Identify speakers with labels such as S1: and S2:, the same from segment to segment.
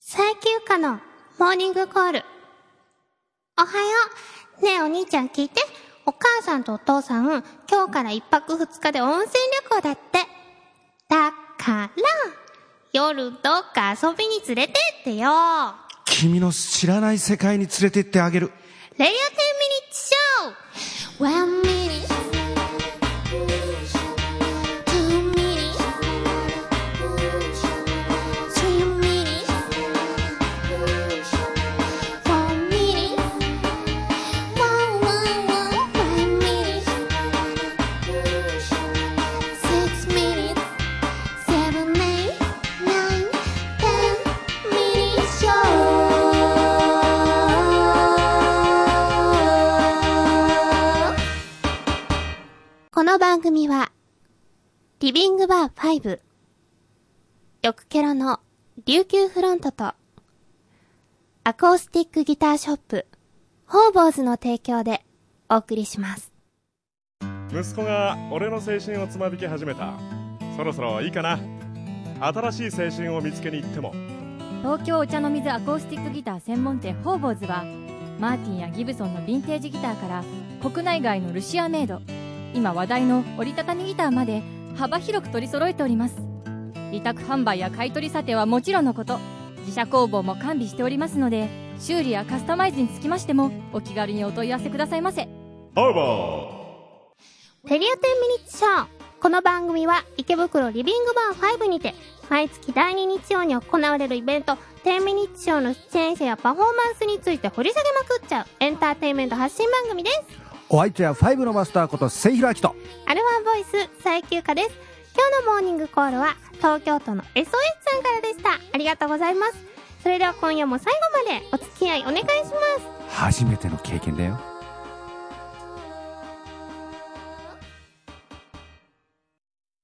S1: 休暇のモーニングコール。おはよう。ねえお兄ちゃん聞いて。お母さんとお父さん、今日から一泊二日で温泉旅行だって。だから、夜どっか遊びに連れてってよ。
S2: 君の知らない世界に連れてってあげる。
S1: レイヤー10 minutes show! One minute. Two minutes. Three minutes. Four minutes. One, one, one. Five minutes. Six minutes. Seven, eight, nine, ten minutes show. この番組は、リビングバー5、翌ケロの琉球フロントと、アコースティックギターショップ、ホーボーズの提供でお送りします。
S3: 息子が俺の青春をつまびき始めたそろそろいいかな新しい青春を見つけに行っても
S4: 東京お茶の水アコースティックギター専門店ホーボーズはマーティンやギブソンのヴィンテージギターから国内外のルシアメイド今話題の折りたたみギターまで幅広く取り揃えております委託販売や買取査定はもちろんのこと自社工房も完備しておりますので修理やカスタマイズにつきましてもお気軽にお問い合わせくださいませ
S3: オーボ
S1: レディオ10ミニッツショー。この番組は池袋リビングバー5にて、毎月第2日曜に行われるイベント、10ミニッツショーの出演者やパフォーマンスについて掘り下げまくっちゃうエンターテインメント発信番組です。
S5: お相手はファイブのマスターことセイヒラキと
S1: アルファボイス最休暇です。今日のモーニングコールは東京都の SOS さんからでした。ありがとうございます。それでは今夜も最後までお付き合いお願いします。
S5: 初めての経験だよ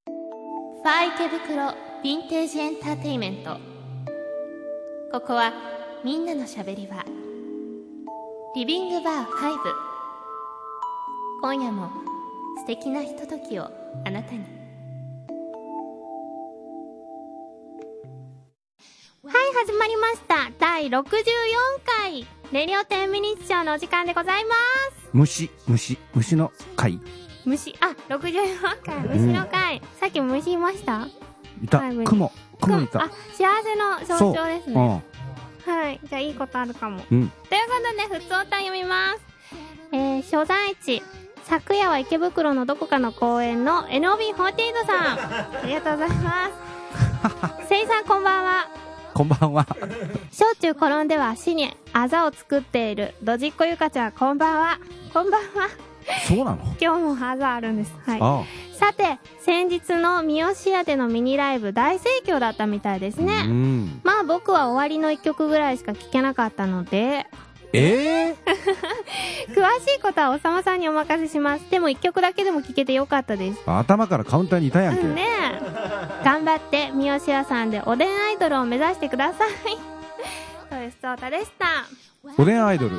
S1: ファー池袋ヴィンテージエンターテイメントここはみんなのしゃべり場リビングバー5今夜も素敵なひとときをあなたにはい始まりました第64回レディオ10ミニッションのお時間でございます
S5: 虫虫虫の貝
S1: 虫あ64回虫の回、さっき虫いました
S5: いた
S1: 貝
S5: 雲雲い
S1: あ
S5: た
S1: 幸せの象徴ですね
S5: うん
S1: はい。じゃあ、いいことあるかも。
S5: うん
S1: ということで、普通歌読みます。えー、所在地。昨夜は池袋のどこかの公園の NOB48 さん。 ありがとうございます。 せいさん、こんばんは。
S5: こんばんは
S1: 小中転んでは足にあざを作っているドジっ子ゆかちゃん、こんばんは。こんばんは。
S5: そうなの
S1: 今日もあざあるんです。はい。
S5: あ
S1: さて、先日の三好屋でのミニライブ大盛況だったみたいです
S5: あう
S1: ね。
S5: ん
S1: まあ僕は終わりの一曲ぐらいしか聴けなかったので、
S5: ええ
S1: 詳しいことはおさまさんにお任せしますでも一曲だけでも聴けてよかったです
S5: 頭からカウンターにいたやんけ
S1: うんねえ頑張って三好屋さんでおでんアイドルを目指してくださいそうですそうたでした
S5: おでんアイドル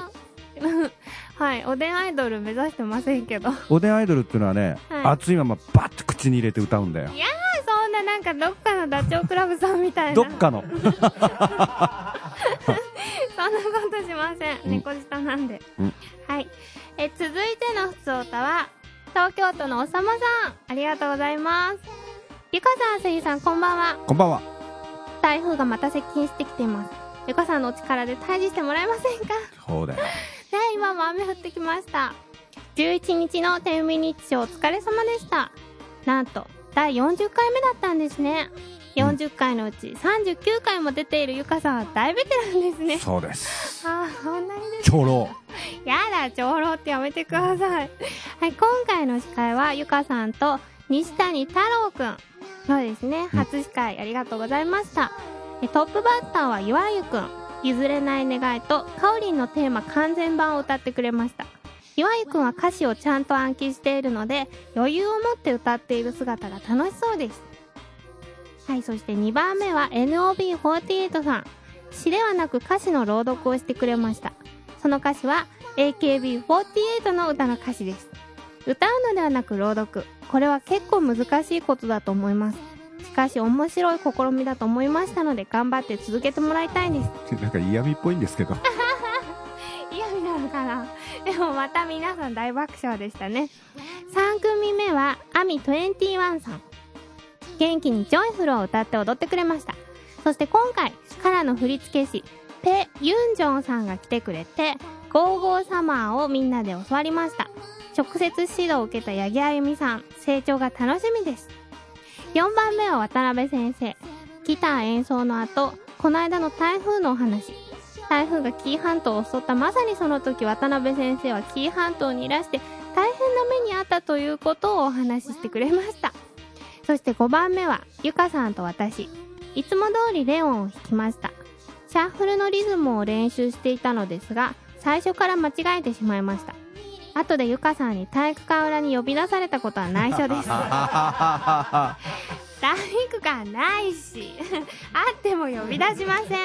S1: はいおでんアイドル目指してませんけどあ
S5: おでんアイドルっていうのはね
S1: はい
S5: 熱いままバッと口に入れて歌うんだよ
S1: そんななんかどっかのダチョウ倶楽部さんみたいな
S5: どっかの
S1: そんなことしません。
S5: うん
S1: 猫舌なんで。
S5: うん
S1: はい。え、続いての普通歌は、東京都のおさまさん。ありがとうございます。ゆかさん、すいさん、こんばんは。
S5: こんばんは
S1: 台風がまた接近してきています。ゆかさんのお力で退治してもらえませんか ね
S5: そうだよ
S1: え今も雨降ってきました。11日の天秤日賞お疲れ様でした。なんと、第40回目だったんですね。40回のうち39回も出ているゆかさんは大ベテランですね。
S5: そうで す
S1: ああ、そんなにです
S5: 長老
S1: やだ、長老ってやめてくだ さい。はい、今回の司会は、ゆかさんと西谷太郎くん。そうですね、
S5: うん
S1: 初司会ありがとうございました。えトップバッターは岩井ゆくん。譲れない願いと、かおりんのテーマ完全版を歌ってくれました。岩井くんは歌詞をちゃんと暗記しているので、余裕を持って歌っている姿が楽しそうです。はい、そして2番目は NOB48 さん。詩ではなく歌詞の朗読をしてくれました。その歌詞は AKB48 の歌の歌詞です。歌うのではなく朗読。これは結構難しいことだと思います。しかし面白い試みだと思いましたので頑張って続けてもらいたいです
S5: なんか嫌味っぽいんですけど。
S1: 嫌味なのかなでもまた皆さん大爆笑でしたね3組目はアミ21さん元気にジョイフルを歌って踊ってくれましたそして今回からの振付師ペ・ユンジョンさんが来てくれて「ゴーゴーサマー」をみんなで教わりました直接指導を受けた八木あゆみさん成長が楽しみです4番目は渡辺先生ギター演奏の後この間の台風のお話台風が紀伊半島を襲ったまさにその時渡辺先生は紀伊半島にいらして大変な目に遭ったということをお話ししてくれました そして5番目はゆかさんと私いつも通りレオンを弾きましたシャッフルのリズムを練習していたのですが最初から間違えてしまいました後でゆかさんに体育館裏に呼び出されたことは内緒です 体育館ないし あっても呼び出しません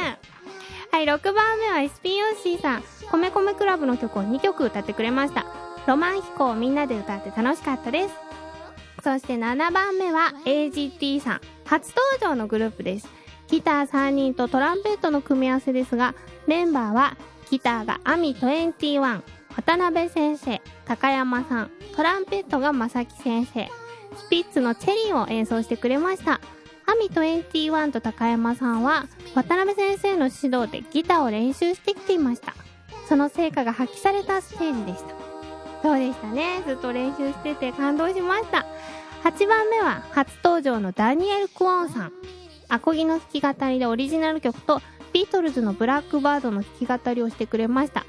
S1: はい、6番目は SPOC さん。米米クラブの曲を2曲歌ってくれました。ロマン飛行をみんなで歌って楽しかったです。そして7番目は AGT さん。初登場のグループです。ギター3人とトランペットの組み合わせですが、メンバーはギターがアミ21、渡辺先生、高山さん、トランペットが正木先生、スピッツのチェリーを演奏してくれました。アミ21と高山さんは渡辺先生の指導でギターを練習してきていましたその成果が発揮されたステージでしたそうでしたねずっと練習してて感動しました8番目は初登場のダニエル・クオンさんアコギの弾き語りでオリジナル曲とビートルズの「ブラックバード」の弾き語りをしてくれました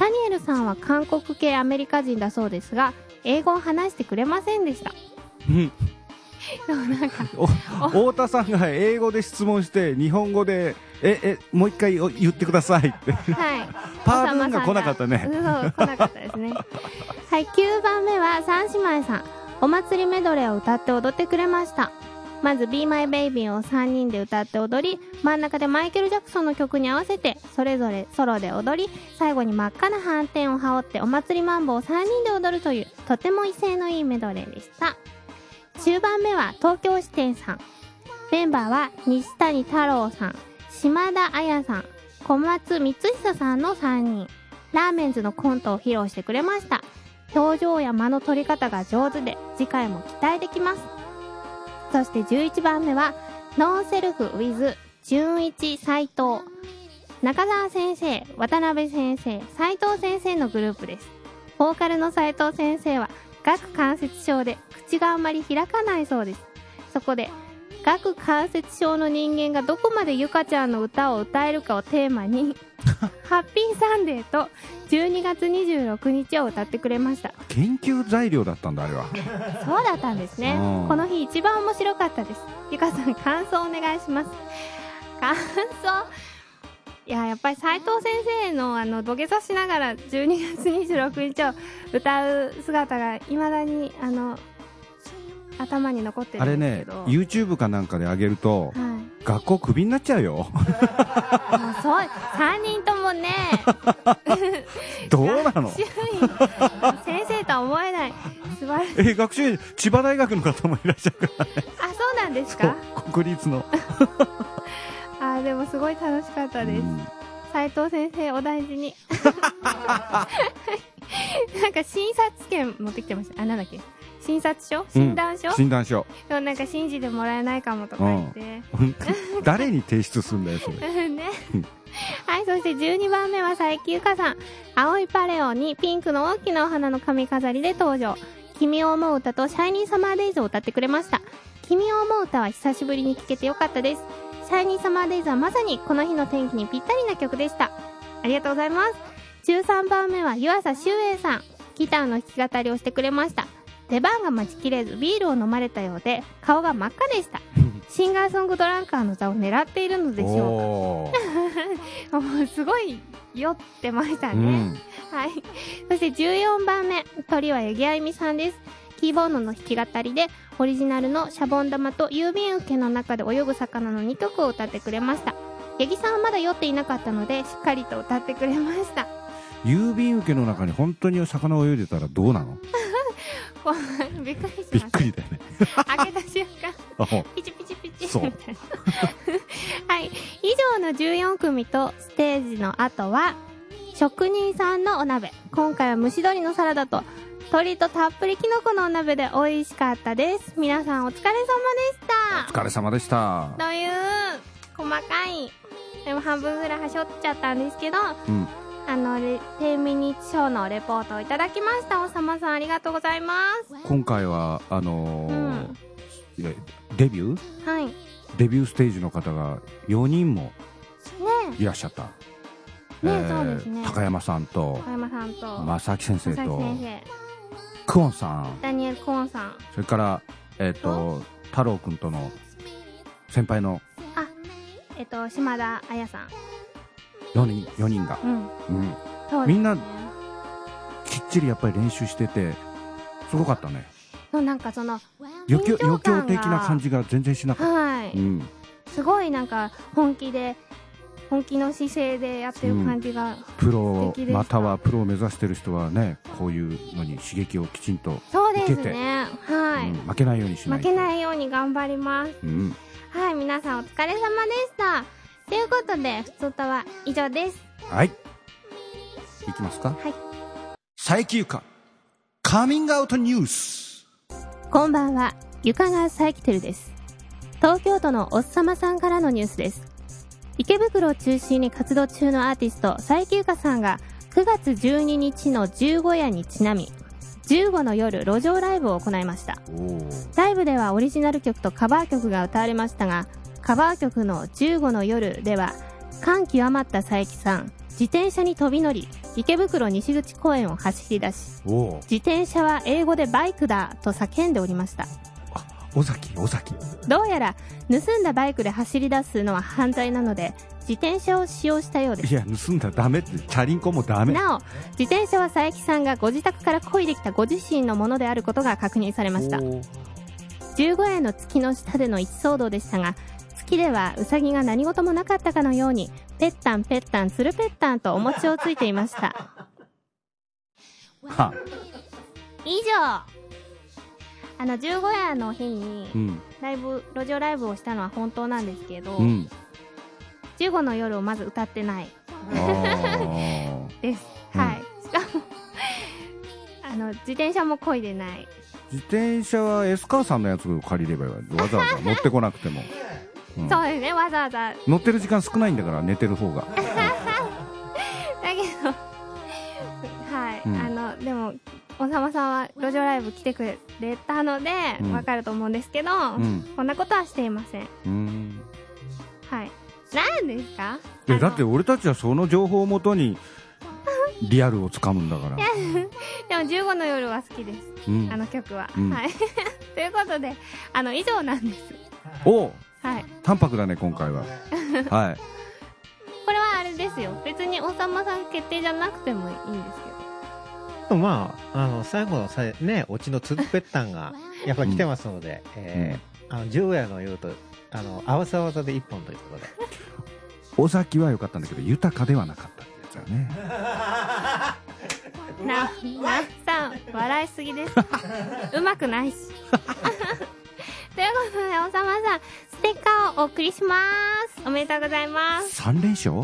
S1: ダニエルさんは韓国系アメリカ人だそうですが英語を話してくれませんでした
S5: うん
S1: でもなんか
S5: お太田さんが英語で質問して日本語で「ええもう一回お言ってください」 って
S1: はい
S5: パールーンが来なかったね
S1: そう、来なかったですね。はい、9番目は三姉妹さん。お祭りメドレーを歌って踊ってくれました。まず Be My Baby を3人で歌って踊り、真ん中でマイケル・ジャクソンの曲に合わせて、それぞれソロで踊り、最後に真っ赤な斑点を羽織ってお祭りマンボを3人で踊るという、とても威勢のいいメドレーでした。10番目は東京支店さん。メンバーは西谷太郎さん、島田彩さん、小松光久さんの3人。ラーメンズのコントを披露してくれました。表情や間の取り方が上手で、次回も期待できます。そして11番目は、ノンセルフ with 純一斎藤。中澤先生、渡辺先生、斎藤先生のグループです。ボーカルの斎藤先生は、顎関節症で口があまり開かないそうです。そこで、顎関節症の人間がどこまでゆかちゃんの歌を歌えるかをテーマ に、ハッピーサンデーと12月26日を歌ってくれました。
S5: 研究材料だったんだあれは
S1: そうだったんですね
S5: うん。
S1: この日一番面白かったです。ゆかさん、感想お願いします。感想いや、やっぱり斉藤先生のあの土下座しながら12月26日を歌う姿がいまだにあの頭に残って
S5: あ
S1: る
S5: れ
S1: んですけ
S5: ね
S1: ど。
S5: YouTube かなんかで上げると
S1: はい
S5: 学校クビになっちゃうよ
S1: もうそう、3人とも ね、
S5: どうなの
S1: 周囲先生とは思えない。素晴らしい。
S5: え学習院千葉大学の方もいらっしゃるからね
S1: あ、そうなんです
S5: そ
S1: か
S5: う国立の
S1: あ、でもすごい楽しかったです。斉藤先生お大事に なんか診察券持ってきてましたあなんだっけ診察書診断書、
S5: うん診断書、
S1: でもなんか信じてもらえないかもとか言って、
S5: うん誰に提出するんだよそ れ
S1: ねはいそして12番目は佐伯ゆかさん青いパレオにピンクの大きなお花の髪飾りで登場「君を思う歌」と「シャイニーサマーデイズ」を歌ってくれました「君を思う歌」は久しぶりに聴けてよかったです「シャイニーサマーデイズ」はまさにこの日の天気にぴったりな曲でしたありがとうございます13番目は湯浅修英さんギターの弾き語りをしてくれました出番が待ちきれずビールを飲まれたようで顔が真っ赤でしたシンガーソングドランカーの座を狙っているのでしょうか
S5: おー
S1: もうすごい酔ってました
S5: う
S1: ね、
S5: ん
S1: はいそして14番目鳥は八木あゆみさんですキーボードの弾き語りでオリジナルのシャボン玉と郵便受けの中で泳ぐ魚の2曲を歌ってくれました八木さんはまだ酔っていなかったのでしっかりと歌ってくれました
S5: 郵便受けの中に本当に魚泳いでたらどうなの
S1: こうびっくりし
S5: び
S1: ま
S5: っ
S1: し
S5: くりだよね
S1: た開けた瞬間
S5: あもう
S1: ピチピチピチ
S5: そう。
S1: はい、以上の14組とステージの後は職人さんのお鍋今回は蒸し鶏のサラダと鶏とたっぷりきのこのお鍋で美味しかったです皆さんお疲れ様でし
S5: お疲れ様でした
S1: た。という細かいでも半分ぐらいはしょっちゃったんですけど
S5: うん。
S1: あのレ低ミニショーのレポートをいただきました王様さんありがとうございます
S5: 今回は、あのーいやデビュー
S1: はいね
S5: デビューステージの方が4人もいらっしゃった。
S1: えそうですね
S5: 高山さんと、
S1: 小山さんと
S5: 正木先生
S1: 佐々
S5: と
S1: 木、先
S5: クオンさん
S1: 生、ダニエル・コーンさん
S5: それから、えっ、と、太郎くんとの先輩の
S1: えっと島田彩さん
S5: 4人、4人が。
S1: うん
S5: うん。
S1: そうですね
S5: みんなきっちりやっぱり練習してて、すごかったね。
S1: そうなんかその
S5: 余興
S1: 緊張
S5: 余
S1: 感が
S5: 興的な感じが全然しなかっ
S1: は
S5: た。う
S1: い
S5: ん。
S1: すごいなんか本気で本気の姿勢でやってる感じが、
S5: プ
S1: 素
S5: ロ
S1: 敵でした
S5: またはプロを目指してる人はねこういうのに刺激をきちんと、
S1: そうで
S5: いけ
S1: す
S5: て
S1: ねはい、
S5: うん負けないようにしない
S1: 負
S5: と
S1: けないように頑張ります
S5: うん、
S1: はい皆さんお疲れ様でしたということでふつおたは以上です
S5: はいいきますか
S1: はい
S2: 佐伯ゆか、カミングアウトニュース。
S1: こんばんは、ゆかがサイキテルです。東京都のおっさまさんからのニュースです。池袋を中心に活動中のアーティスト、佐伯ゆかさんが9月12日の15夜にちなみ、15の夜路上ライブを行いました。
S5: おお
S1: ライブではオリジナル曲とカバー曲が歌われましたが、カバー曲の15の夜では、感極まった佐伯さん、自転車に飛び乗り、池袋西口公園を走り出し、
S5: おー
S1: 自転車は英語でバイクだと叫んでおりました
S5: 尾崎尾崎
S1: どうやら盗んだバイクで走り出すのは犯罪なので自転車を使用したようです
S5: いや盗んだらダメってチャリンコもダメ
S1: なお自転車は佐伯さんがご自宅から漕いできたご自身のものであることが確認されました
S5: おー
S1: 15夜の月の下での一騒動でしたが月ではウサギが何事もなかったかのようにペッタンペッタンツルペッタンとお餅をついていました
S5: は
S1: 以上あの15夜の日に
S5: うん
S1: ライブ路上ライブをしたのは本当なんですけど、
S5: うん
S1: 15の夜をまず歌ってない
S5: あー
S1: です、
S5: うん
S1: はいしかも あの自転車も漕いでない
S5: 自転車はエスカーさんのやつを借りればいいわわざわざ乗ってこなくても、うん
S1: そうですねわざわざだけ
S5: 乗ってる時間少ないんだから寝てる方が
S1: ど はい、
S5: うん
S1: あのでもおさまさんは路上ライブ来てくれたので
S5: うん
S1: わかると思うんですけど、
S5: うん
S1: こんなことはしていません
S5: うん
S1: はい何ですか
S5: え
S1: あの
S5: だって俺たちはその情報をもとにリアルをつかむんだから、
S1: でも15の夜は好きです
S5: うん
S1: あの曲は、
S5: うん
S1: はい ということであの以上なんです
S5: お
S1: はい
S5: 淡白だね 今回ははい
S1: これはあれですよ別に王様さん決定じゃなくてもいいんですけど
S6: でもまあ、あの、最後のさ、ね、オチのツルペッタンが、やっぱり来てますので、えーあの、十夜の夜と、あの、合わせ技で一本ということで。
S5: 尾崎は良かったんだけど豊かではなかったってやつだね
S1: な、なっさん、笑いすぎ です。うまくないし。 ということで、おさまさん、ステッカーをお送りします。おめでとうございます。
S5: 3連勝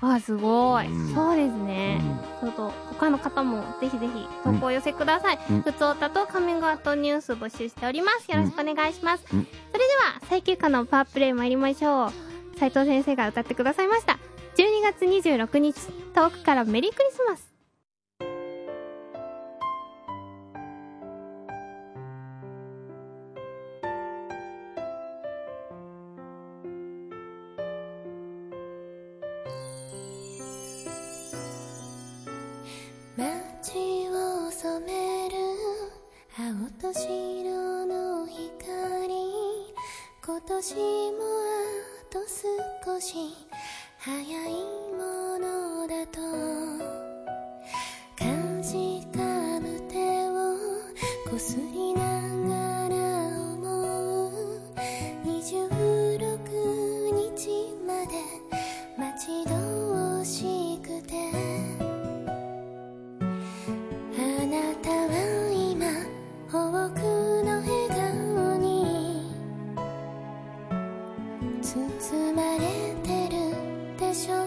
S1: わあ、すごい。
S5: うん
S1: そうです
S5: う
S1: ね。
S5: ん
S1: ちょっと、他の方も、ぜひぜひ、投稿を寄せください。
S5: うん
S1: ふつおたとカミングアウトニュース募集しております。よろしくお願いします。
S5: うん
S1: それでは、最休暇のパワープレイ参りましょう。斉藤先生が歌ってくださいました。12月26日、遠くからメリークリスマス。
S7: 街を染める青と白の光今年もあと少し早いものだとかじかむ手をこすりながら思う26日まで待ち遠しくて「あなたは今多くの笑顔に」「ろう」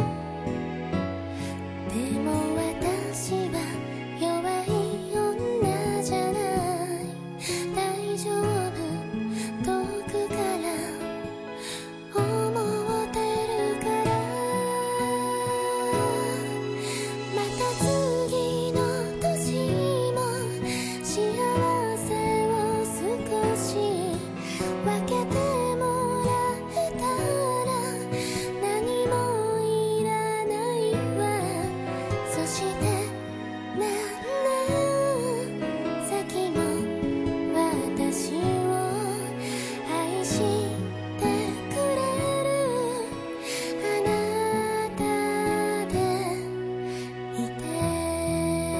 S7: 「でも私は弱い女じゃない」「大丈夫遠くから思ってるから」「また次の年も幸せを少し分けてもらえたら何もいらないわ」「そして何年先も私を愛してくれる」「あなたでいて」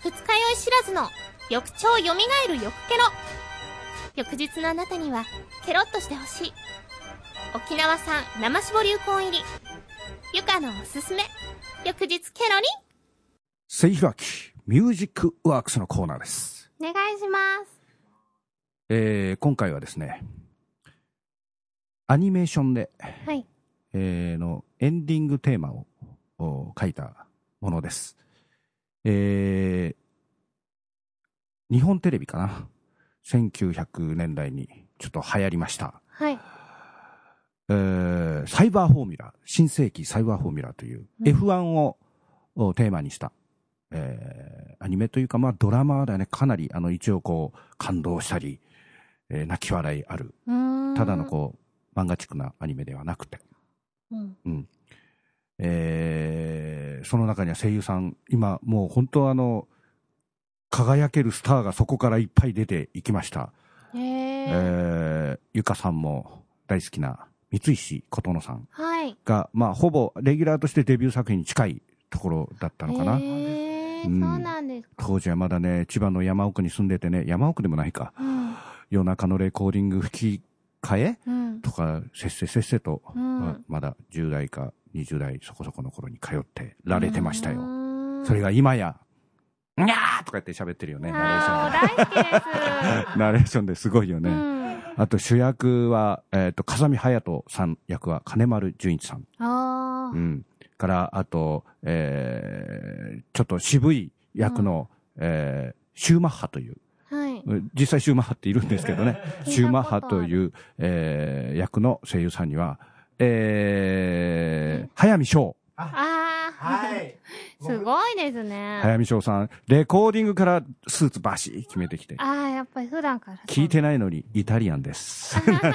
S8: 二日酔い知らずの翌朝蘇る翌ケロ翌日のあなたにはケロッとしてほしい沖縄産生絞流行入りゆかのおすすめ翌日ケロリン
S5: せいひらきミュージックワークスのコーナーです。
S1: お願いします
S5: えー今回はですね、アニメーションで、
S1: はい
S5: えーのエンディングテーマをお書いたものです。えー日本テレビかな。1900年代にちょっと流行りました。
S1: はい
S5: えーサイバーフォーミュラ、新世紀サイバーフォーミュラという、
S1: うん
S5: F1 ををテーマにした、えーアニメというか、まあドラマだよね、かなり、あの、一応こう、感動したり、えー泣き笑いある、
S1: うーん
S5: ただのこう、漫画チックなアニメではなくて、
S1: うん
S5: えーその中には声優さん、今、もう本当あの、輝けるスターがそこからいっぱい出ていきました。
S1: へ
S5: え
S1: え
S5: ーゆかさんも大好きな三石琴乃さん。
S1: はい
S5: が、まあ、ほぼレギュラーとしてデビュー作品に近いところだったのかな。
S1: へえ
S5: うん
S1: そうなんですか
S5: 当時はまだね、千葉の山奥に住んでてね、山奥でもないか、
S1: うん
S5: 夜中のレコーディング吹き替え
S1: うん
S5: とか、せっせせっせと、
S1: うん
S5: まあまだ10代か20代そこそこの頃に通ってられてました
S1: う
S5: よ。
S1: ーん
S5: それが今や、にゃーとか言って喋ってるよね、ナレーション
S1: あ
S5: で。
S1: ーもう大好きです
S5: ナレーションですごいよね。
S1: うん
S5: あと主役は、えっ、と、風見隼人さん役は金丸純一さん。
S1: あ
S5: う
S1: ー
S5: ん、からあと、えーちょっと渋い役の、えーシューマッハという
S1: はい
S5: 実際シューマッハっているんですけど
S1: 聞
S5: ね
S1: いたことある
S5: シューマッハという、えー役の声優さんには、えー早見翔
S1: ああ
S6: はい。
S1: すごいですね
S5: 早見翔さんレコーディングからスーツバシッ決めてきて
S1: ああやっぱり普段から
S5: 聞いてないのにイタリアンです
S6: か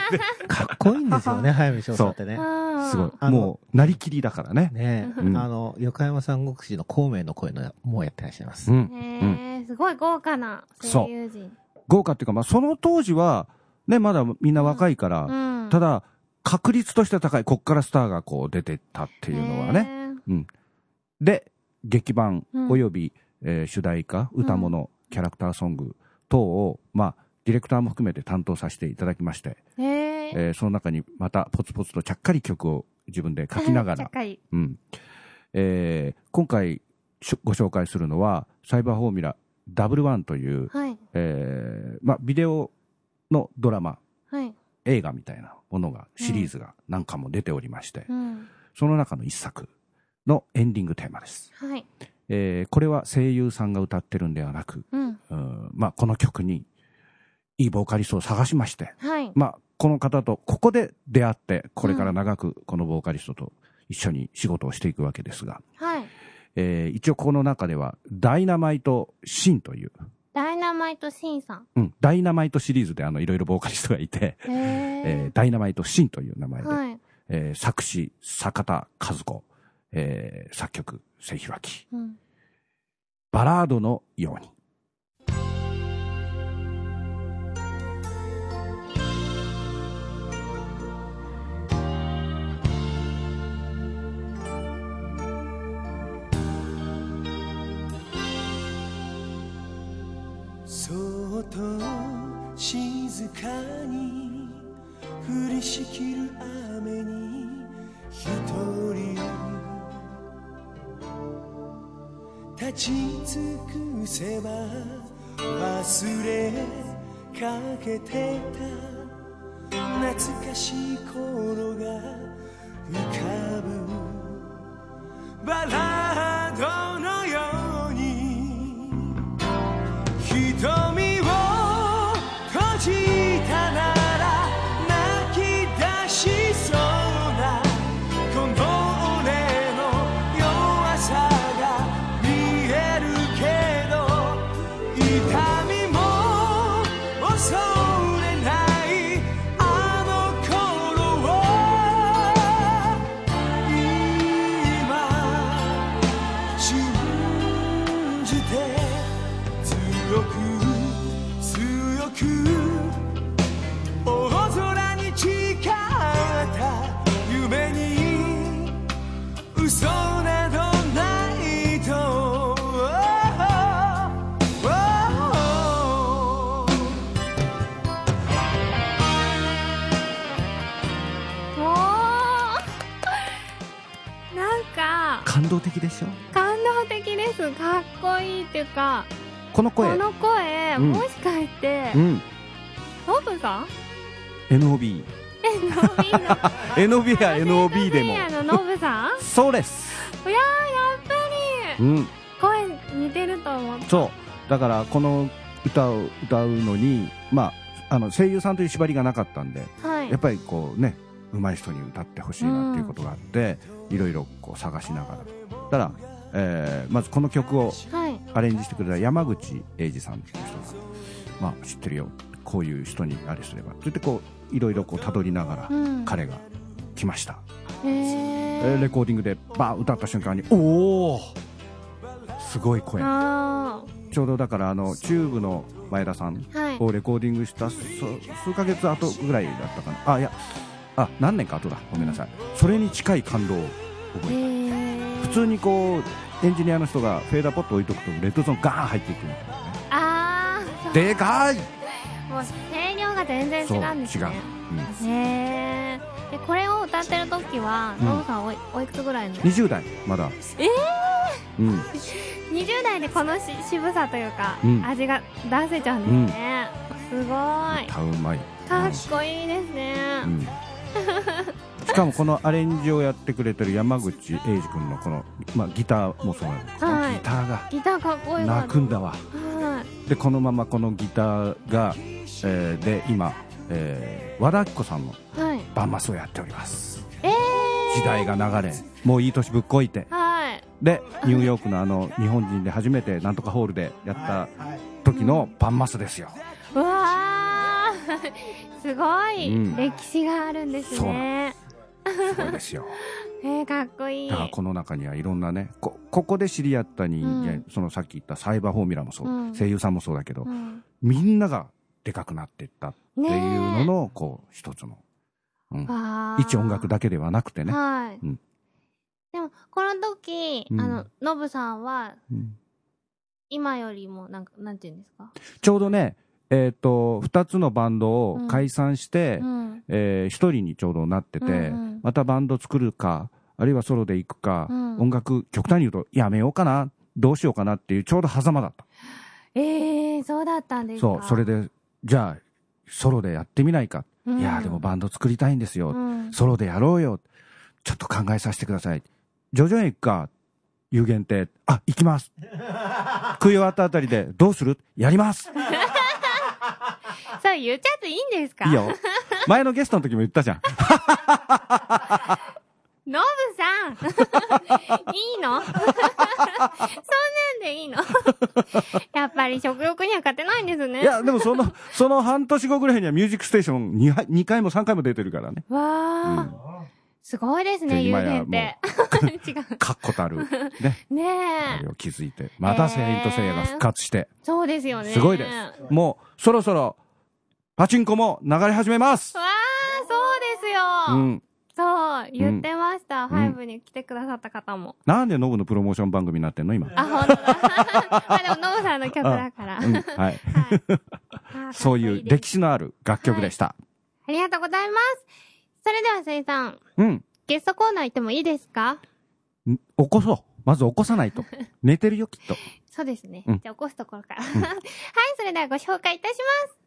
S6: っこいいんで すよね、早見翔さんってね。
S1: あー
S5: すごい
S6: あの
S5: もうなりきりだからね
S6: ねえ、
S5: うん
S6: あの、横山三国志の孔明の声のもうやってらっしゃいます。
S5: うん
S1: へえすごい豪華な声優陣
S5: 豪華っていうか、まあ、その当時はねまだみんな若いから、
S1: うん
S5: ただ、確率として高い、こっからスターがこう出てったっていうのはね。
S1: ね
S5: で、劇版
S1: うん
S5: および、えー主題歌、歌物、キャラクターソング等を、まあ、ディレクターも含めて担当させていただきまして、
S1: へえ
S5: えーその中にまたポツポツとちゃっかり曲を自分で書きなが
S1: ちゃっ
S5: ら、
S1: かり
S5: うんえー今回しょご紹介するのは、サイバーフォーミュラダブルワンという、
S1: はい
S5: えーまあ、ビデオのドラマ、
S1: はい
S5: 映画みたいなものが、シリーズがなんかも出ておりまして、
S1: うん
S5: その中の一作のエンディングテーマです。
S1: はい
S5: えーこれは声優さんが歌ってるんではなく、
S1: うん
S5: うんまあ、この曲にいいボーカリストを探しまして、
S1: はい
S5: まあ、この方とここで出会って、これから長くこのボーカリストと一緒に仕事をしていくわけですが、
S1: はい
S5: えー一応この中では、ダイナマイトシンという、
S1: ダイナマイトシンさん
S5: うん、ダイナマイトシリーズであのいろいろボーカリストがいて、
S1: へ
S5: えー
S1: え
S5: ダイナマイトシンという名前で、
S1: はい
S5: えー作詞、坂田和子、えー作曲、清弘明。
S1: うん
S5: バラードのように。
S2: そっと静かに降りしきる雨に
S9: 立ち尽くせば忘れかけてた懐かしい頃が浮かぶバラードのように瞳を閉じたなら泣き出しそうなこの俺の弱さが見えるけど痛みも恐れないあの頃を今信じて強く強く大空に誓った夢に嘘などないと Oh, oh, oh.
S1: おーなんか
S5: 感動的でしょ
S1: 感動的ですかっこいいっていうか
S5: この
S1: こ
S5: 声
S1: の声、
S5: うん
S1: もしかして
S5: うん
S1: ノブさ ん
S5: NOB
S1: えノブの
S5: NOB や NOB でも
S1: ラフィーナのノブさん
S5: そうです
S1: いやーやっ
S5: うん
S1: ぱり声似てると思って
S5: そうだからこの歌を歌うのにまああの声優さんという縛りがなかったんで
S1: はい
S5: やっぱりこうね上手い人に歌ってほしいなっていうことがあって、いろいろこう探しながらたら、えーまずこの曲を
S1: はい
S5: アレンジしてくれた山口英二さんっていう人が、まあ、知ってるよこういう人にあれすればそれでこういろいろこう辿りながら
S1: うん
S5: 彼が来ました、
S1: へ
S5: え
S1: え
S5: ーレコーディングでバーン歌った瞬間におおすごい声
S1: あ
S5: ちょうどだからあのチューブの前田さん
S1: ーはい
S5: をレコーディングした数数ヶ月後ぐらいだったかなあいやあ何年か後だごめんなさいそれに近い感動を覚
S1: へ
S5: え
S1: え
S5: た普通にこうエンジニアの人がフェーダーポット置いとくとレッドゾーンガーン入っていくみたいなね
S1: あ
S5: でかい
S1: あもう声量が全然違うんですね
S5: う
S1: へえでこれを歌ってる時は、
S5: うん
S1: ノブさんおいおいくつぐらいの
S5: ん、20代まだ
S1: え
S5: うん
S1: 20代でこのし渋さというか、
S5: うん
S1: 味が出せちゃうんですね、すごい
S5: 歌うまい
S1: かっこいいですね、
S5: うん、しかもこのアレンジをやってくれてる山口英二君のこの、まあ、ギターもそうなんですけど、
S1: はい
S5: ギターが
S1: ギターかっこいい
S5: 泣くんだわ
S1: はい
S5: でこのままこのギターが、えーで今、えー和田アキ子さんの
S1: はい
S5: バンマスをやっております
S1: えー、
S5: 時代が流れもういい年ぶっこいて
S1: はい
S5: でニューヨークのあの日本人で初めてなんとかホールでやった時のバンマスですよ
S1: うわー すごい、
S5: うん
S1: 歴史があるんです
S5: そうな
S1: ね
S5: すごいですよ
S1: えー、かっこいい
S5: だからこの中にはいろんなねこここで知り合った人間、
S1: うん
S5: そのさっき言ったサイバーフォーミュラもそう、
S1: うん
S5: 声優さんもそうだけど、
S1: うん
S5: みんながでかくなっていったっていう
S1: ねえ
S5: のの、こう一つの、うん、
S1: わー
S5: 一音楽だけではなくてね、
S1: はい、
S5: うん
S1: でもこの時、
S5: うん
S1: あのノブさんは
S5: うん
S1: 今よりもなんかなんていうんですか、
S5: ちょうどねえっ、と2つのバンドを解散して、
S1: うん
S5: え1人にちょうどなってて、
S1: うんうん
S5: またバンド作るかあるいはソロで行くか、
S1: うん
S5: 音楽極端に言うとやめようかなどうしようかなっていうちょうど狭間だった
S1: えー、そうだったんですか
S5: そうそれでじゃあソロでやってみないか、
S1: うん
S5: いやーでもバンド作りたいんですよ、
S1: うん
S5: ソロでやろうよちょっと考えさせてください徐々に行くか有限定あ行 きます食い終わったあたりでどうするや ります
S1: それ言っちゃっていいんですか
S5: いいよ前のゲストの時も言ったじゃん
S1: ノブ さんいいのそんなんで いいのやっぱり食欲には勝てないんですね。
S5: いやでもそのその半年後ぐらいには「ミュージックステーション2」2回も3回も出てるからね
S1: わあ、すごいですね、
S5: で
S1: 有
S5: 今や
S1: 限って。 違う。
S5: 確固たる ね
S1: ね
S5: あれ
S1: え。
S5: を気づいてまた「セイント・セイヤ」が復活して
S1: そうですよね。
S5: すごいです
S1: わ
S5: もうそろそろパチンコも流れ始めます
S1: あ、そううですよ。
S5: ん
S1: そう、言ってました。
S5: ん
S1: ファイブに来てくださった方も。
S5: なんでノブのプロモーション番組になってんの今
S1: あ、本当だ。 まあでも、ノブさんの曲だから。
S5: うんはい
S1: はい
S5: そういう歴。史のある楽曲でした。
S1: ありがとうございます。それでは、せいさん、
S5: うん。
S1: ゲストコーナー行ってもいいですか
S5: ん起こそまず起こさないと。寝てるよ、きっと。
S1: そうですね。
S5: うん
S1: じゃあ起こすところから。 はい、それではご紹介いたします。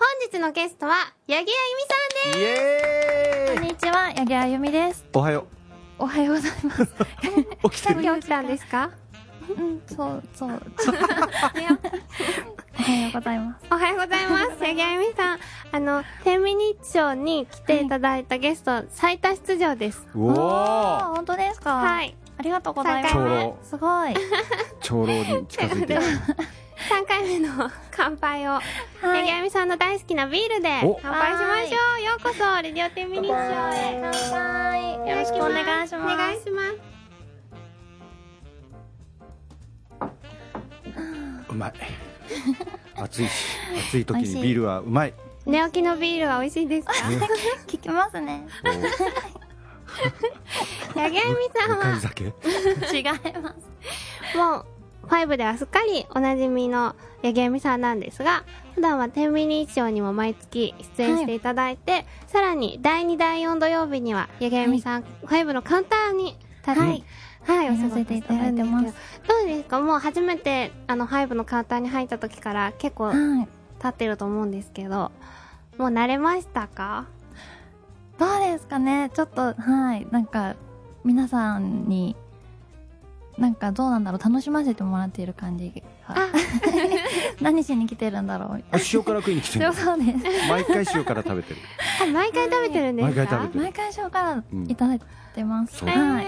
S1: 本日のゲストは、八木あゆみ
S3: イエ
S7: こんにちは、八木あゆみです。
S3: おはよ
S7: おはようございます。
S3: う。起きて
S1: さん
S3: る
S1: で。今日来たんですか
S7: うん、そう、 そう。おはようございます。
S1: おはようございます。八木あゆみさん。あの、天秤日賞に来ていただいたゲスト、最多出場です。
S3: おお。
S7: 本当ですか。
S1: はいい。
S7: ありがとうご
S1: ざいます
S3: 長老、
S7: すご い。
S3: 長老に近づいてる。
S1: 3回目の乾杯を、八木あゆみさんの大好きなビールで
S3: お
S1: 乾杯しましょう。ようこそ、レディオ天秤日賞へ。
S7: 乾杯。よろしくお願いし
S1: お
S7: ます。
S1: 願いします。
S5: うまい。暑いし、暑い時にビールはうまい。
S1: 寝起きのビールは美味しいですか
S7: 聞きますね。
S5: おー
S1: 八木あゆみさん
S5: ぬか
S1: は
S5: り、酒。
S7: 違います。
S1: もう、ファイブではすっかりおなじみの八木あゆみさんなんですが、普段は天秤日賞にも毎月出演していただいて、さらに第2、第4土曜日には八木あゆみさん、ファイブのカウンターに立ち、はい、お仕
S7: やらせ
S1: 事
S7: てい
S1: して
S7: た
S1: る
S7: だい
S1: ん
S7: て
S1: です
S7: ま
S1: けど
S7: す。
S1: どうですかもう初めて、あの、ファイブのカウンターに入った時から結構経
S7: はい。
S1: ってると思うんですけど、もう慣れましたか
S7: どうですかねちょっと、はい。なんか、皆さんに、なんかどうなんだろう楽しませてもらっている感じが。 何しに来てるんだろう
S5: あ塩辛食いに来てる
S7: そう。そうです。
S5: 毎回塩辛食べてる。
S1: あ毎回食べてるんですか
S5: 毎回食べてる
S7: 毎回紹介いただいてます。
S5: うん
S7: はい。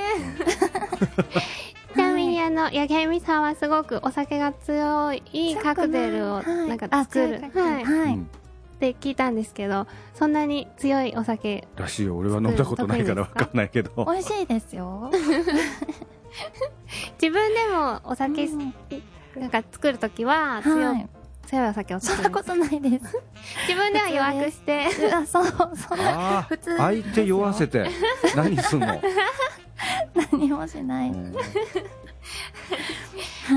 S1: ちなみにあの、八木あゆみさんはすごくお酒が強いカクテルをなんか作る。は。
S7: はいい。
S1: っ
S7: は
S5: う
S7: い。
S5: ん
S1: て聞いたんですけど、そんなに強いお酒。
S5: らしいよ。俺は飲んだことないからわかんないけど。
S7: 美味しいですよ。
S1: 自分でもお酒、なんか作るときは強、
S7: はい。
S1: 強いお酒を
S7: そ
S1: 作る
S7: んな
S1: です。
S7: んことないです。
S1: 自分では弱くして、
S7: あ、そう、そんな
S5: あ
S7: 普通
S5: あ、相手酔わせて、何すんの。
S7: 何もしな
S5: う
S7: い。
S5: ん
S7: は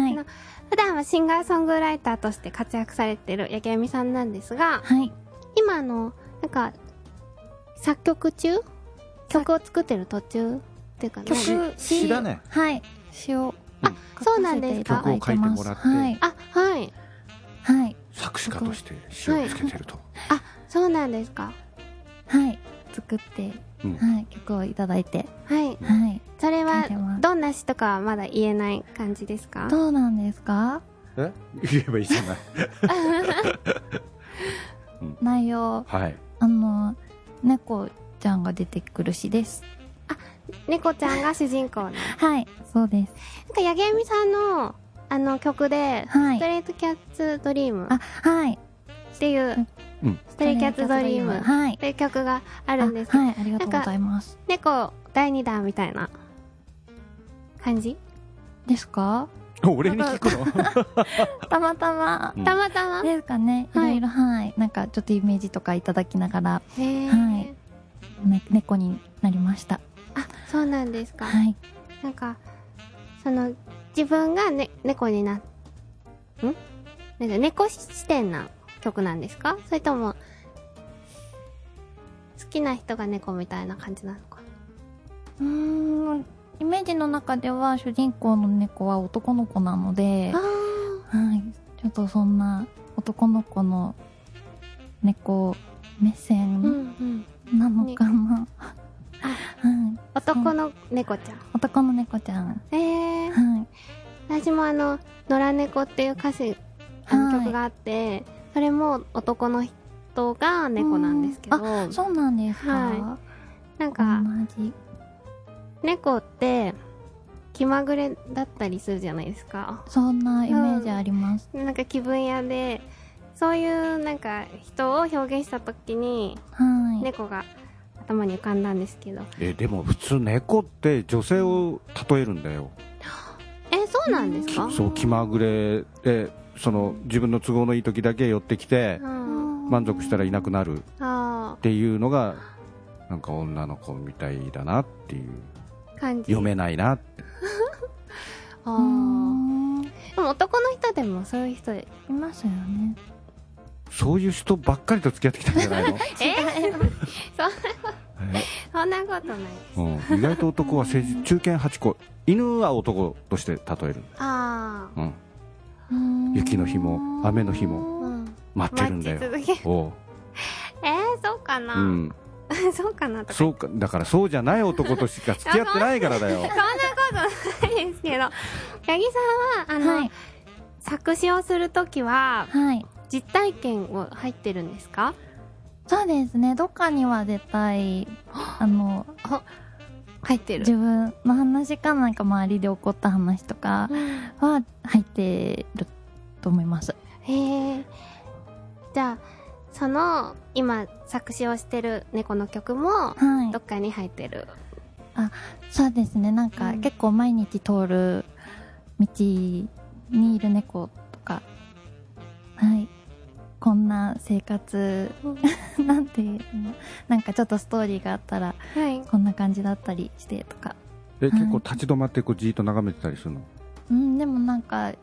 S7: い。
S1: 普段はシンガーソングライターとして活躍されてる八木あゆみさんなんですが、
S7: はい。
S1: 今あの、なんか、作曲中曲を作ってる途中っていうかね。
S5: し詩だね。
S7: はい。詩を。
S5: うん
S7: あ
S1: そうなんですか
S5: 曲を書いてもらって
S7: はい。
S1: あ、はい。
S7: はい。
S5: 作詞家として詩をつけてると。
S1: そうなんですか。
S7: はい。作って、
S5: うん
S7: はい。曲をいただいて、
S1: はい。
S7: はい。
S1: それ
S7: 書い
S1: は
S7: てます。
S1: どんな詩とかはまだ言えない感じですか
S7: どうなんですか
S5: え 言えばいいじゃ ない。
S7: 内容、
S5: はい。
S7: あの、猫ちゃんが出てくる詩です。
S1: 猫ちゃんが主人公の。なんか、
S7: はい。そうです。
S1: 八木あゆみさんの、あの曲で、
S7: は
S1: スト
S7: い。
S1: レートキャッツドリーム
S7: あ、はい。
S1: っていう、
S5: うん
S1: ストレイトキャッツドリームっ
S7: はい。
S1: ていう曲があ
S7: あ
S1: るんですけど、
S7: はい。ありがとうございます。
S1: 猫第2弾みたいな感じ
S7: ですか
S5: 俺に聞くの。
S7: たまたま
S5: うん
S1: たまたま。へ
S7: ですかね。い
S1: は
S7: ろ
S1: い
S7: いろ、はい。なんか、ちょっとイメージとかいただきながら、
S1: ー
S7: はいね猫になりました。
S1: あ、そうなんですか。
S7: はい。
S1: なんか、その、自分がね、猫にな、んなんか猫視点な曲なんですかそれとも、好きな人が猫みたいな感じなのか
S7: うーんイメージの中では主人公の猫は男の子なので、
S1: あ
S7: はい、ちょっとそんな男の子の猫目
S1: あ、うん
S7: 線
S1: うん。
S7: なのかな、はい、
S1: 男の猫ちゃん。
S7: 男の猫ちゃん、
S1: ええー、
S7: はい、
S1: 私もあの、野良猫っていう歌詞、あの
S7: はい
S1: 曲があって、それも男の人が猫なんですけど、
S7: そうなんですか、
S1: はなん
S7: 同
S1: か、
S7: じ
S1: 猫って、気まぐれだったりするじゃないですか。
S7: そんなイメージあります、
S1: なんか気分屋でそういうなんか人を表現した時に
S7: はい、
S1: 猫が頭に浮かんだんですけど
S5: え、でも普通猫って女性を例えるんだよ。
S1: えそうなんですか
S5: そう、気まぐれで、その自分の都合のいい時だけ寄ってきて
S1: う、ん、
S5: 満足したらいなくなるっ
S1: あ
S5: ていうのが、なんか女の子みたいだなっていう。
S1: ー感じ
S5: 読めないな。
S1: あ
S7: うー
S1: ー
S7: んい
S1: でも男の人でもそういう人え
S7: ますよね
S5: そういう人ばっかりと付き合ってきたんじゃないの
S1: そんな そんなことない
S5: うん、意外と男は成人中堅8個犬は男として例える、
S1: あ
S5: うん、雪の日も雨の日も
S1: あうん
S5: 待ってるんだよ
S1: 待ち続け
S5: おう、
S1: えー、そうかな、
S5: うん、
S1: そうかなとか
S5: そうかだからそうじゃない男としか付き合ってないからだよ
S1: そんなことないですけど八木さんはあの、
S7: はい
S1: 作詞をするときは
S7: はい
S1: 実体験を入ってるんですか
S7: そうですねどっかには絶対あの
S1: 入ってる
S7: 自分の話かなんか周りで起こった話とかは入ってると思います
S1: へえじゃあその今作詞をしてる猫の曲も
S7: はい
S1: どっかに入ってる、
S7: そうですねなんか
S1: うん
S7: 結構毎日通る道にいる猫とかはいこんな生活なんていうのなんかちょっとストーリーがあったら
S1: はい
S7: こんな感じだったりしてとか
S5: え結構立ち止まってこうじーっと眺めてたりするの
S7: うんでもなんか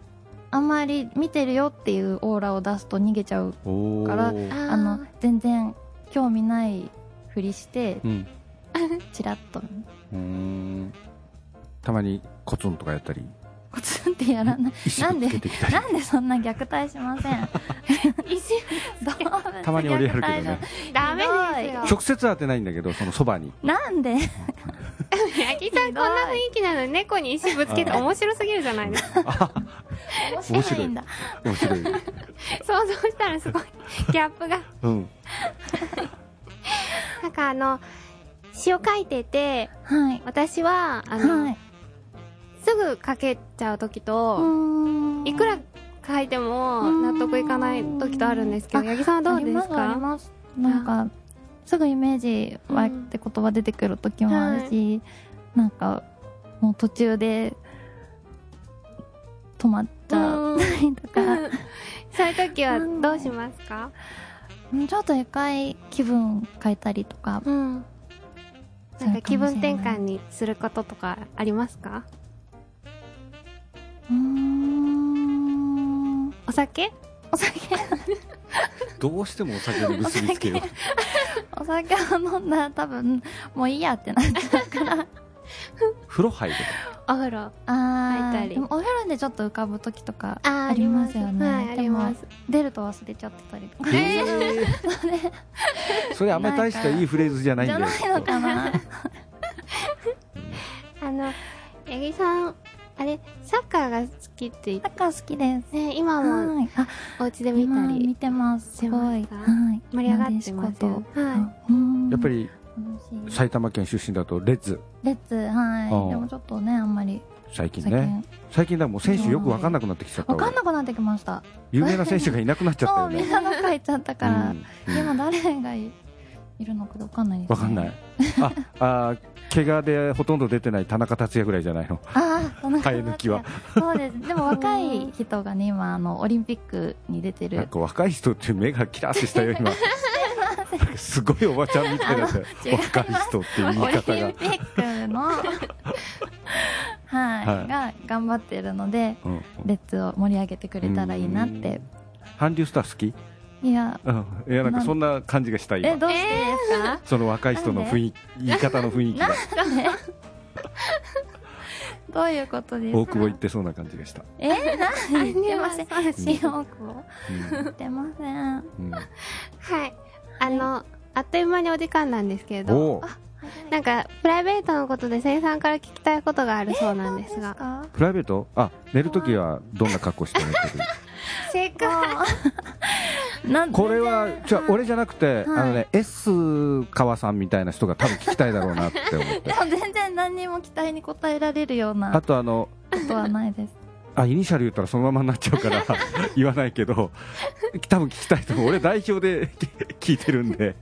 S7: あんまり見てるよっていうオーラを出すと逃げちゃう
S5: おお
S7: から
S5: う
S7: あの全然興味ないふりして
S5: ん
S7: チラッと
S5: うーんたまにコツンとかやったり
S7: コツンってやらない
S5: 石
S7: な
S5: ぶ
S7: んで
S5: つけてきたり
S7: なんで そんな虐待しません
S1: 石
S5: たまに俺やるけどね
S1: ダメですよ
S5: 直接当てないんだけどそのそばに
S7: なんで
S1: 八木さんこんな雰囲気なのに猫に石ぶつけて面白すぎるじゃないです か
S5: 面白い
S7: んだ
S5: 面白い、
S1: 想像したらすごいギャップが
S5: うん、
S1: なんかあの詩を書いてて
S7: はい
S1: 私はあの、
S7: はい
S1: すぐ書けちゃう時
S7: う
S1: と、
S7: ーん
S1: いくら書いても
S7: うん
S1: 納得いかない時とあるんですけ
S7: あ
S1: ど八木さんはどうです
S7: あり
S1: か
S7: ますありますなんかすぐイメージわーって言葉出てくる時もあるし、なんかもう途中で止まっち ゃったりとか、
S1: そういう時はどうしますか
S7: うんちょっと一回気分変えたりとか
S1: うん
S7: そう
S1: なんか気分転換
S7: に
S1: にすることとかありますか
S7: うーん
S1: お酒
S7: お酒
S5: どうしてもお酒に結びつけよう
S7: お酒を飲んだら多分もういいやってなっちゃうから
S5: 風呂入る
S1: お風呂
S7: あ
S1: 入った
S7: あ
S1: り
S7: でもお風呂でちょっと浮かぶ時とか
S1: あ
S7: ありますよね
S1: はいあります
S7: 出ると忘れちゃってたりとか
S5: それあんまり大したいいフレーズじゃないん
S7: じ
S5: だ
S7: ゃ
S5: よ
S7: ないのかな
S1: あの八木さんあれサッカーが好きって言って
S7: サッカー好きです
S1: ね今も
S7: はいあ
S1: お家で見た
S7: 今見
S1: り
S7: てますすごい
S1: してますか
S7: はい
S1: 盛り上がってます
S7: なでしこ
S1: よ
S7: と
S1: は
S7: あうん
S5: やっぱり
S7: 楽しい
S5: 埼玉県出身だとレッズ
S7: レッツはい
S5: ああ
S7: でもちょっとねあんまり
S5: 最近
S7: 最
S5: ね
S7: 近
S5: 最近だからもう選手よく分かんなくなってきちゃった
S7: 分
S5: 俺
S7: かんなくなってきました
S5: 有名な選手がいなくなっちゃった
S7: そ
S5: よ
S7: うみん
S5: ね
S7: などっか行っちゃったから、
S5: うん
S7: 今誰がいいるのか分かんないです、ね、
S5: 分かんないああー怪我でほとんど出てない田中達也ぐらいじゃないの
S7: ああその
S5: 生え抜きは
S7: そうですでも若い人がね今あのオリンピックに出て
S5: なん
S7: る
S5: か若い人って目がキラッとしたよ 今すごいおばちゃんみたいだったよ
S7: あの違う
S5: 若い人っていう言い
S7: オリンピ
S5: 方が
S7: ックのはい、
S5: はい
S7: が頑張ってるので
S5: うん
S7: レッツを盛り上げてくれたらいいなって
S5: 韓流スター好き
S7: いや
S5: うんいやなんかそんな感じがした
S7: え
S5: 今
S7: どうしてですか、
S5: その若い人の雰囲気言い方の雰囲気が
S7: なんでどういうことですか
S5: 大久保行ってそうな感じがした
S7: えー、なん言ってません新
S5: う
S7: 大久保
S5: うん
S7: 言ってません
S5: うん
S1: はいあのあっという間にお時間なんですけれど
S5: おう
S1: なんかプライベートのことで生産から聞きたいことがあるそうなんです
S7: です
S1: が
S7: か
S5: プライベートあ寝るときはどんな格好して寝てる
S1: 正解
S7: なん
S5: これはじゃ俺じゃなくて、
S7: はい
S5: あのね S 川さんみたいな人が多分聞きたいだろうなって思って
S7: でも全然何にも期待に応えられるよう
S5: あ
S7: な
S5: とあの
S7: ことはないです。
S5: あイニシャル言ったらそのままになっちゃうから言わないけど多分聞きたいと思う俺代表で 聞いてるんで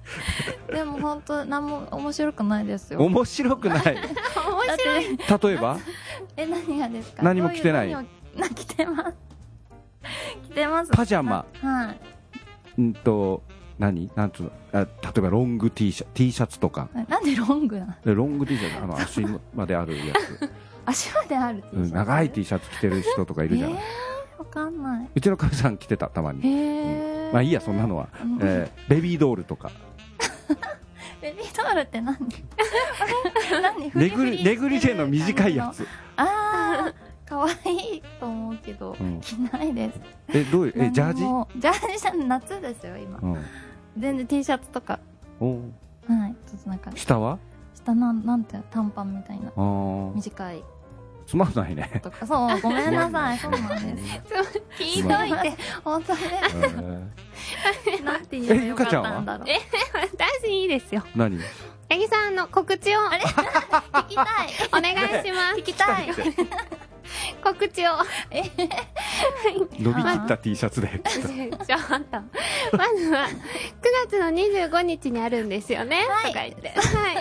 S7: でも本当何も面白くないですよ。
S5: 面白くない
S7: 面白い。
S5: 例えば
S7: え何がですか。
S5: 何も着てない
S7: どうう何を な着てます。着てます。
S5: パジャマ。
S7: はい。
S5: うんと何なんつうのあ例えばロング T シャ T シャツとか
S7: なんでロングなの。
S5: でロング T シャツあの足まであるやつ、
S7: 足まである T シ
S5: う
S7: ャ
S5: ん
S7: ツ。
S5: 長い T シャツ着てる人とかいるじゃない、
S7: えーわかんない。
S5: うちのかみさん着てたたま
S7: へ
S5: に
S7: え。
S5: まあいいやそんなのは、
S7: うん
S5: えーベビードールとか
S10: ベビータオルっ て何何
S5: レグリレグリジェの短い
S10: あ
S5: やつ
S10: あー可愛いと思うけど、
S5: うん
S10: 着ないです
S5: えどういうえジャージ
S10: もうジャージじゃん夏ですよ今
S5: うん
S10: 全然 T シャツとか
S5: おう
S10: はいちょっとなんか
S5: 下は
S10: 下なんなんていうの短パンみたいな
S5: あー
S10: 短い
S5: つまんないね
S10: とかそうごめんなさいそうなんです
S8: 聞い
S5: つ
S8: た
S5: まん
S10: 聞い
S5: ない
S10: て本当にね
S5: えー
S10: なんて言えば よかったんだろう
S1: 大臣いいですよ
S5: 何
S1: 八木さんの告知をお
S10: 聞きたい
S1: 願いします
S10: 聞きたい
S1: 告知を
S5: 伸びきった T シャツで
S1: ちょあんたまずは9月の25日にあるんですよね、
S10: はい
S1: とか言っては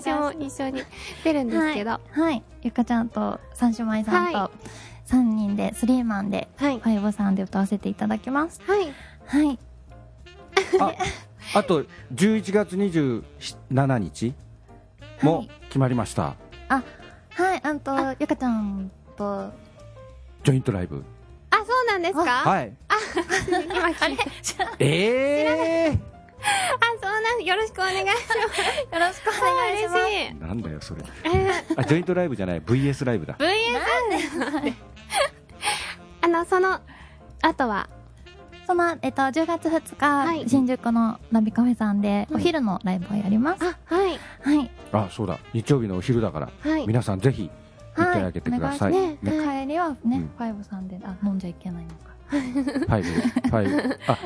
S1: い私も一緒に出るんですけどは
S10: はいゆかちゃんと三姉妹さん
S1: は
S10: と三人でスリーマンで
S1: いはい、
S10: ファイボさんで歌わせていただきますはい
S5: ああと11月27日も決まりました、
S10: はいあんとゆかちゃんと
S5: ジョイントライブ
S1: あそうなんですか
S5: はい
S1: 今聞いた
S5: ええ
S1: あそうなんよろしくお願いします
S10: よろしくお願いします
S1: 嬉しい
S5: ー、なんだよそれ
S1: えー
S5: あジョイントライブじゃない VS ライブだ
S1: VS あのそのあとは
S10: その、えっと、10月2日、
S1: はい
S10: 新宿のラビカフェさんで、お昼のライブをやります。
S1: あはい
S10: はい。
S5: あそうだ日曜日のお昼だから
S1: はい
S5: 皆さんぜひ見てあげてください、
S1: は
S5: はいい、
S1: お願いし
S10: 帰りはね、
S5: うん
S10: ファイブさんで、あ、飲んじゃいけないのか。
S5: ファイブファイブあ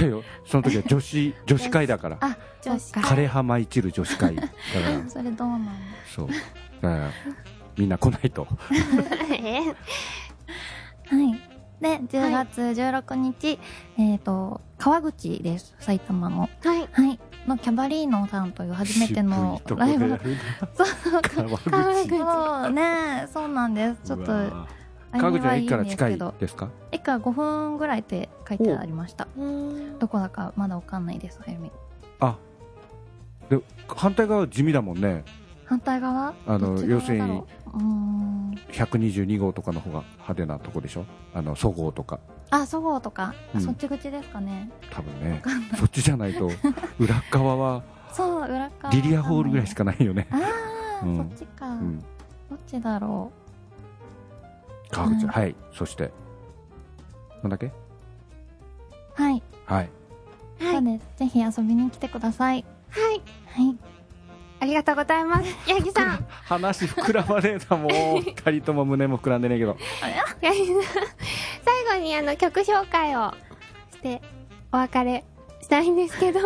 S5: 違うよその時は女子女子会だから
S10: あ、
S1: 女
S10: 女
S1: 子
S10: 子
S1: 会
S10: か。
S5: 枯浜いちる女子会だか
S10: あ
S5: ら
S10: それどうなの
S5: そう だからみんな来ないと
S1: えー
S10: はい。で、10月16日、えっ、と、川口です。埼玉の。
S1: はい
S10: はい。のキャバリーノさんという初めてのライブ。
S5: 渋いとこでやる
S10: そうそう。
S5: 川口
S1: 川口
S10: そうね、そうなんです。ちょっと、
S5: うわー川口は駅から近いですか
S10: 駅から5分ぐらいって書いてありました。どこだかまだわかんないです、あゆみ。
S5: あで反対側は地味だもんね
S10: 反対側
S5: あの
S10: どっち側
S5: 要するに
S10: だろううーん
S5: 122号とかの方が派手なとこでしょあのそごうとか
S10: あそごうとか、
S5: う
S10: あ
S5: ん
S10: そっち口ですかね
S5: 多分ねそっちじゃない と裏側は
S10: そう裏側
S5: リリアホールぐらいしかないよね、
S10: ああ、
S5: うん
S10: そっちか、
S5: うん、
S10: どっちだろ
S5: 川口
S10: うん
S5: はいそしてなんだっけ
S10: うはい、
S5: はい
S1: はい
S10: そうですぜひ遊びに来てください
S1: はい
S10: はい
S1: ありがとうござい ます八木さん
S5: 話膨らまねえなもう二人とも胸も膨らんでねえけど
S1: 八木さん最後にあの曲紹介をしてお別れしたいんです けど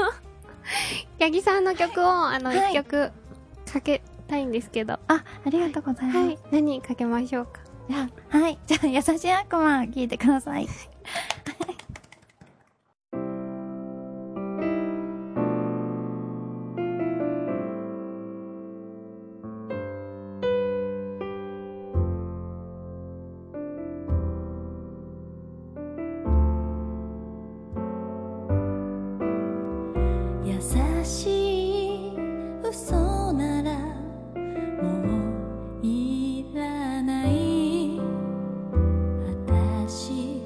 S1: 八木さんの曲をあの
S10: はい
S1: 一曲かけたいんですけどは
S10: あありがとうございます、
S1: い何かけましょうか
S10: じゃあはいじゃあ優しい悪魔聞いてください
S7: 優しい嘘ならもういらない私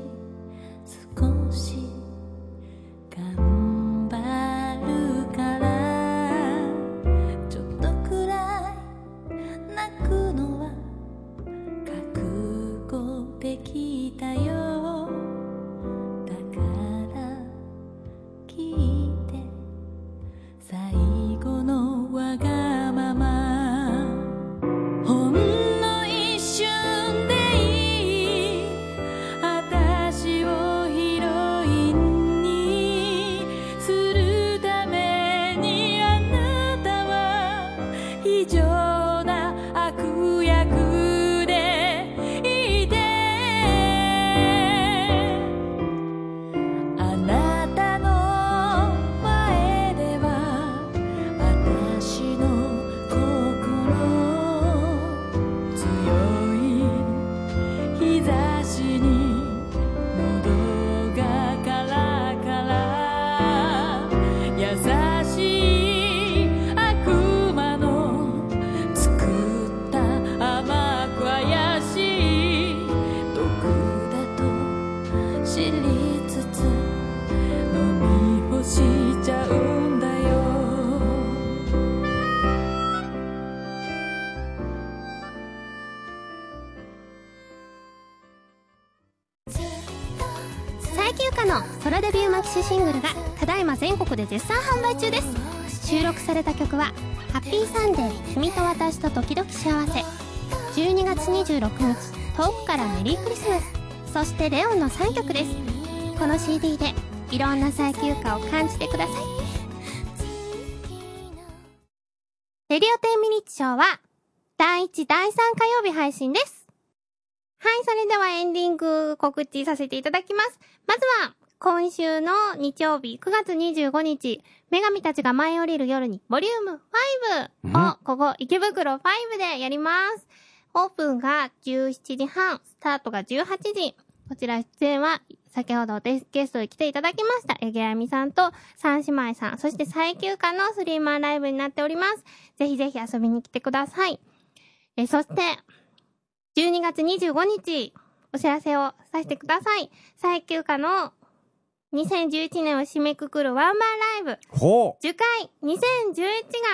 S1: の空デビューマキシシングルがただいま全国で絶賛販売中です収録された曲は「ハッピーサンデー君と私と時々幸せ」12月26日遠くからメリークリスマスそして「レオン」の3曲ですこの CD でいろんな最休暇を感じてくださいレディオ10ミニッチショーは第1、第3火曜日配信です。はい、それではエンディング告知させていただきます。まずは、今週の日曜日9月25日、女神たちが舞い降りる夜にボリューム5をここ池袋5でやります。オープンが17時半、スタートが18時。こちら出演は、先ほどでゲストに来ていただきました、八木あやみさんと三姉妹さん、そして最休暇のスリーマンライブになっております。ぜひぜひ遊びに来てください。え、そして、12月25日、お知らせをさせてください。最休暇の2011年を締めくくるワンマンライブ。
S3: ほ
S1: 樹海2011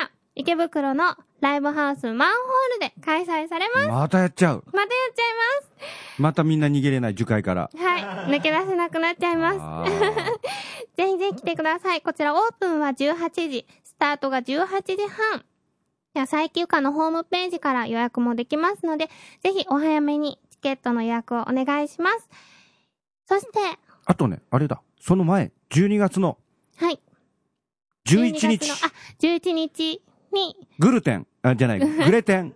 S1: が池袋のライブハウスマンホールで開催されます。
S5: うまたやっちゃう
S1: またやっち
S5: またみんな逃げれない樹海から
S1: ゃいます。はい。抜け出せなくなっちゃいます。
S5: あー
S1: ぜひぜひ来てください。こちらオープンは18時、スタートが18時半。野菜休暇のホームページから予約もできますので、ぜひお早めにチケットの予約をお願いします。そして、
S5: あとねあれだその前12月の
S1: はい。
S5: 11
S1: 12月
S5: 日
S1: のあ、11日に、
S5: グルテンあ じゃないグレテン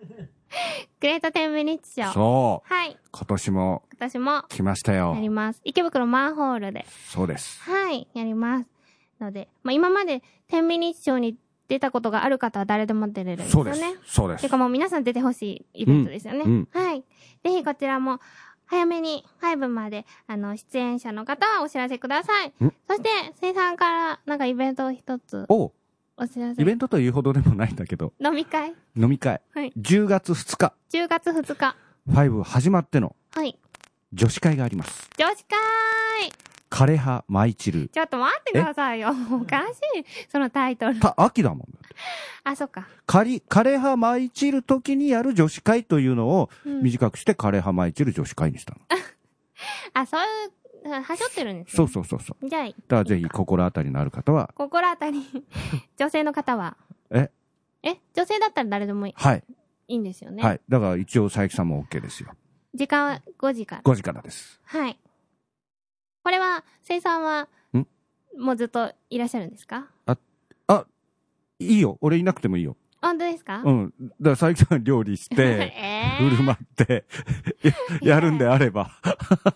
S1: グレートテンベリッチショー。
S5: そう
S1: はい。
S5: 今年も
S1: 私も、
S5: 来ましたよ
S1: やります。池袋マンホールで。
S5: そうです
S1: はい、やります。ので、まあ、今まで10ミニッチョに出たことがある方は誰でも出れるんです
S5: そ
S1: よ
S5: うです
S1: ね。
S5: そうです
S1: てかもう皆さん出てほしいイベントですよね。
S5: うん
S1: はい。ぜひこちらも、早めに5まで、あの、出演者の方はお知らせください
S5: ん。
S1: そして、生産から、なんかイベントを一つ
S5: おう
S1: お知らせ。
S5: イベントというほどでもないんだけど
S1: 飲み会。
S5: 飲み会
S1: はい。
S5: 10月2日
S1: 10月2日。
S5: 5始まっての
S1: はい。
S5: 女子会があります
S1: 女子会
S5: 枯葉舞い散る
S1: ちょっと待ってくださいよ。おかしい。そのタイトル。
S5: た秋だもん
S1: あ、そっか。
S5: 仮枯葉舞い散る時にやる女子会というのを
S1: うん
S5: 短くして枯葉舞い散る女子会にしたの、
S1: あ、そういう、はしょってるんですね。
S5: そうそうそうそう
S1: じゃあ、
S5: だからぜひ心当たりのある方は
S1: 心当た り、女性の方は。
S5: え
S1: え、女性だったら誰でもい
S5: はい、
S1: いんですよね。
S5: はいだから一応佐伯さんも OK ですよ
S1: 時間は5時から。
S5: 5時からです
S1: はい。これは、生産は
S5: ん、
S1: もうずっといらっしゃるんですか
S5: いいよ俺いなくてもいいよ
S1: 本当ですか
S5: う、んだから佐伯さん料理して
S1: えー
S5: 振る 舞ってややるんであれば
S1: えこれは男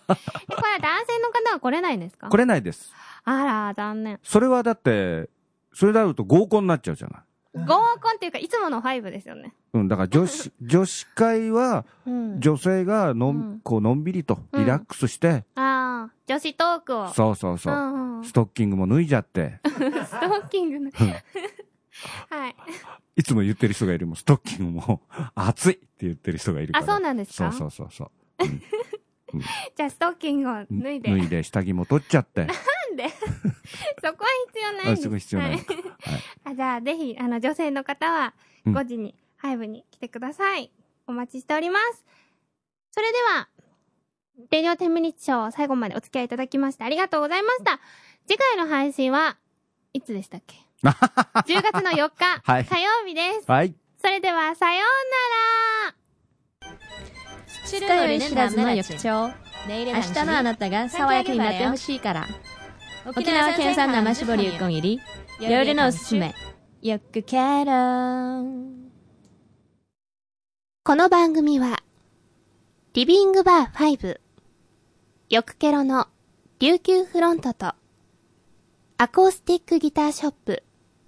S1: 性の方は来れないんですか
S5: 来れないです
S1: あら、残念。
S5: それはだってそれだと合コンになっちゃうじゃない
S1: 合コンっていうか、いつものファイブですよね。
S5: うん、だから 女子、女子会は、
S1: うん。
S5: 女性がのん、
S1: うん
S5: こう、のんびりと、
S1: うん
S5: リラックスして、
S1: ああ、女子トークを。
S5: そうそうそうう、
S1: んうん。
S5: ス
S1: ス
S5: トッキングも脱いじゃって、
S1: トッキングの。はい。
S5: いつも言ってる人がいるもん、ストッキングも、 暑いって言ってる人がいるか
S1: あ、
S5: ら。
S1: そうなんです
S5: そ
S1: か
S5: うそうそうそう。
S1: じゃあ、ストッキングを脱いで。
S5: 脱いで、下着も取っちゃって、
S1: そこは必要 ないん
S5: あ、
S1: です
S5: すごい必要ない。
S1: はいあじゃあ、ぜひ、あの、女性の方は、
S5: うん
S1: 5時に、ハイブに来てください。お待ちしております。それでは、レディオ10ミニッチショー、最後までお付き合いいただきまして、ありがとうございました。次回の配信は、いつでしたっけ ?10 月の4日、
S5: はい
S1: 火曜日です。
S5: はい。
S1: それでは、さようなら
S4: より知らずの翌朝明日のあなたが爽やかになってほしいから沖縄県産生絞りうこん入り夜のおすすめよくケロ
S1: この番組は、リビングバー5、よくケロの琉球フロントと、アコースティックギターショップ、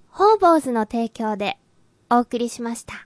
S1: ホーボーズの提供でお送りしました。